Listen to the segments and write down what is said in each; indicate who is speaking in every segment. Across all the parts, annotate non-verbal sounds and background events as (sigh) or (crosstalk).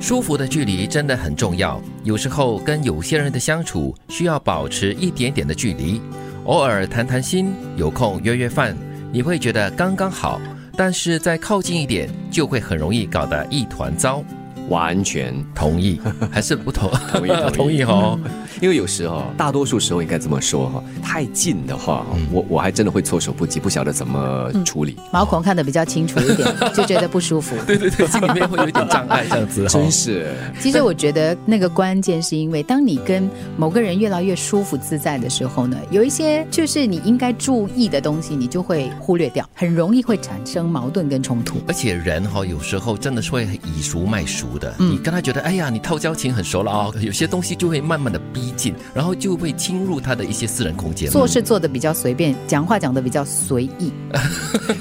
Speaker 1: 舒服的距离真的很重要。有时候跟有些人的相处需要保持一点点的距离，偶尔谈谈心，有空约约饭，你会觉得刚刚好。但是再靠近一点，就会很容易搞得一团糟。
Speaker 2: 完全
Speaker 1: 同意还是不同？(laughs)
Speaker 2: 同意
Speaker 1: 同意哦。
Speaker 3: 嗯
Speaker 2: 因为有时候，大多数时候应该这么说哈，太近的话，
Speaker 1: 嗯
Speaker 2: 我我还真的会措手不及，不晓得怎么处理。
Speaker 3: 毛孔看得比较清楚
Speaker 1: (laughs)
Speaker 3: 一点，就觉得不舒服。
Speaker 1: 对对对，心里面会有一点障碍，这样子、哦。
Speaker 2: 真是， (laughs)
Speaker 3: 其实我觉得那个关键是因为，当你跟某个人越来越舒服自在的时候呢，有一些就是你应该注意的东西，你就会忽略掉，很容易会产生矛盾跟冲突。
Speaker 1: 而且人哈、哦，有时候真的是会以熟卖熟的。嗯、你跟他觉得，哎呀，你套交情很熟了啊、哦，有些东西就会慢慢的逼近，然后就会侵入他的一些私人空间。
Speaker 3: 做事做的比较随便，讲话讲的比较随意。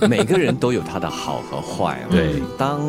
Speaker 2: 每个人都有他的好和坏。啊
Speaker 1: 对，
Speaker 2: 当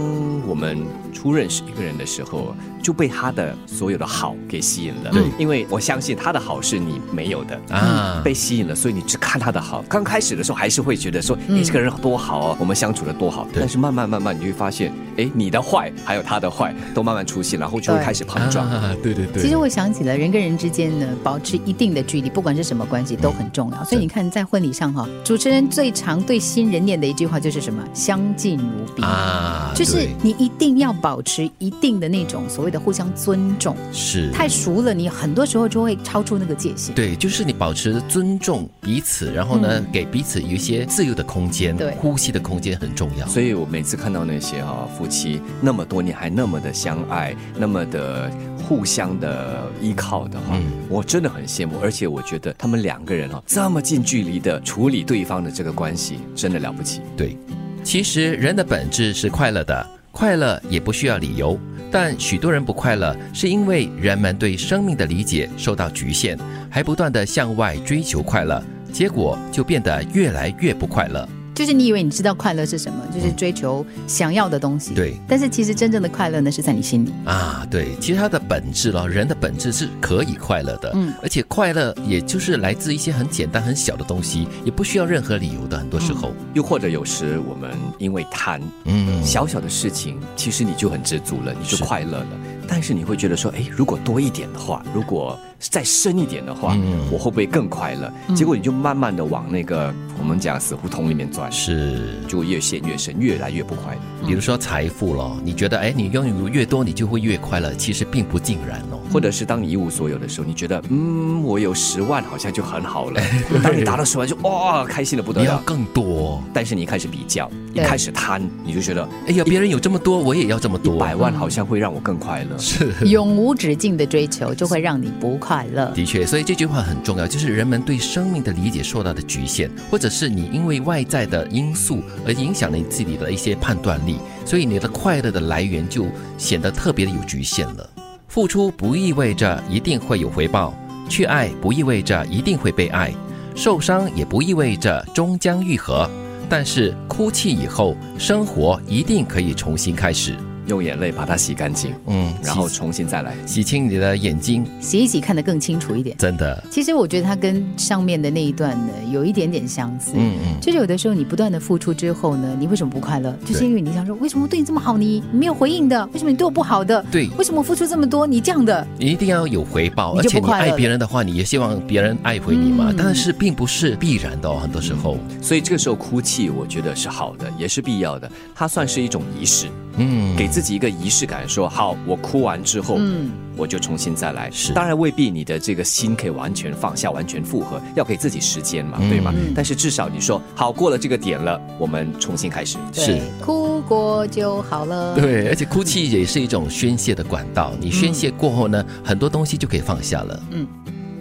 Speaker 2: 我们初认识一个人的时候，就被他的所有的好给吸引了。
Speaker 1: 对，
Speaker 2: 因为我相信他的好是你没有的
Speaker 1: 啊、
Speaker 2: 嗯，被吸引了，所以你只看他的好。刚开始的时候还是会觉得说，你、嗯、这个人多好哦，我们相处的多好。但是慢慢慢慢，你会发现，哎，你的坏还有他的坏都慢慢出现，然后就会开始膨胀。
Speaker 1: 啊、对对对。
Speaker 3: 其实我想起了，人跟人之间呢，保持一定的距离，不管是什么关系都很重要。所以你看，在婚礼上哈，主持人最常对新人念的一句话就是什么？相敬如宾
Speaker 1: 啊，
Speaker 3: 就是你一定要保持一定的那种所谓的互相尊重。
Speaker 1: 是
Speaker 3: 太熟了，你很多时候就会超出那个界限。
Speaker 1: 对，就是你保持尊重彼此，然后呢，嗯、给彼此有一些自由的空间，
Speaker 3: 对，
Speaker 1: 呼吸的空间很重要。
Speaker 2: 所以我每次看到那些哈、哦、夫妻那么多年还那么的相爱，那么的互相的依靠的话，嗯、我真的很羡慕。而且我觉得他们两个人啊、哦、这么近距离的处理对方的这个关系，真的了不起。
Speaker 1: 对，其实人的本质是快乐的，快乐也不需要理由。但许多人不快乐，是因为人们对生命的理解受到局限，还不断的向外追求快乐，结果就变得越来越不快乐。
Speaker 3: 就是你以为你知道快乐是什么，就是追求想要的东西。
Speaker 1: 对，
Speaker 3: 但是其实真正的快乐呢，是在
Speaker 1: (laughs)
Speaker 3: 你心里
Speaker 1: 啊。对，其实它的本质咯，人的本质是可以快乐的。嗯，而且快乐也就是来自一些很简单、很小的东西，也不需要任何理由的。很多时候，嗯、
Speaker 2: 又或者有时我们因为贪，嗯，小小的事情，其实你就很知足了，你就快乐了。但是你会觉得说，哎，如果多一点的话，如果再深一点的话，嗯、我会不会更快乐？嗯、结果你就慢慢的往那个我们讲死胡同里面钻，
Speaker 1: 是
Speaker 2: 就越陷越深，越来越不快乐。
Speaker 1: 嗯、比如说财富咯，你觉得哎，你拥有越多，你就会越快乐，其实并不尽然哦。
Speaker 2: 或者是当你一无所有的时候，你觉得嗯，我有十万好像就很好了。当你达到十万就哇、哦，开心的不得了，
Speaker 1: 你要更多。
Speaker 2: 但是你开始比较，一开始贪，你就觉得
Speaker 1: 哎呀，别人有这么多，我也要这么多，
Speaker 2: 百万好像会让我更快乐。
Speaker 1: 是
Speaker 3: 永无止境的追求就会让你不快乐。
Speaker 1: 的确，所以这句话很重要，就是人们对生命的理解受到的局限，或者是你因为外在的因素而影响了你自己的一些判断力，所以你的快乐的来源就显得特别的有局限了。付出不意味着一定会有回报，去爱不意味着一定会被爱，受伤也不意味着终将愈合，但是哭泣以后，生活一定可以重新开始。
Speaker 2: 用眼泪把它洗干净，嗯，然后重新再来
Speaker 1: 洗清你的眼睛，
Speaker 3: 洗一洗看得更清楚一点。
Speaker 1: 真的，
Speaker 3: 其实我觉得它跟上面的那一段呢有一点点相似，嗯嗯，就是有的时候你不断的付出之后呢，你为什么不快乐？就是因为你想说，为什么对你这么好，你没有回应的？为什么你对我不好的？
Speaker 1: 对，
Speaker 3: 为什么付出这么多，你这样的？
Speaker 1: 你一定要有回报，
Speaker 3: 而
Speaker 1: 且你爱别人的话，你也希望别人爱回你嘛。嗯、但是并不是必然的哦，很多时候，
Speaker 2: 嗯、所以这个时候哭泣，我觉得是好的，也是必要的，它算是一种仪式。嗯，给自己一个仪式感说，说好，我哭完之后，嗯，我就重新再来。
Speaker 1: 是，
Speaker 2: 当然未必你的这个心可以完全放下，完全复合，要给自己时间嘛，嗯、对吗？但是至少你说好，过了这个点了，我们重新开始。
Speaker 1: 是，
Speaker 3: 哭过就好了。
Speaker 1: 对，而且哭泣也是一种宣泄的管道，你宣泄过后呢，嗯、很多东西就可以放下了。嗯，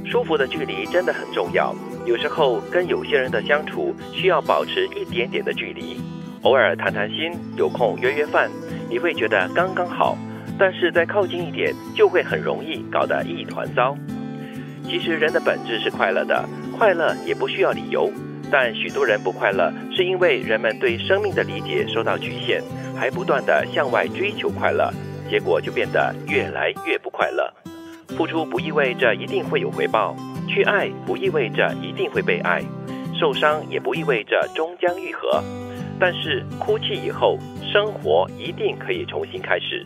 Speaker 4: 舒服的距离真的很重要，有时候跟有些人的相处需要保持一点点的距离。偶尔谈谈心，有空约约饭，你会觉得刚刚好。但是再靠近一点，就会很容易搞得一团糟。其实人的本质是快乐的，快乐也不需要理由。但许多人不快乐，是因为人们对生命的理解受到局限，还不断的向外追求快乐，结果就变得越来越不快乐。付出不意味着一定会有回报，去爱不意味着一定会被爱，受伤也不意味着终将愈合。但是哭泣以后，生活一定可以重新开始。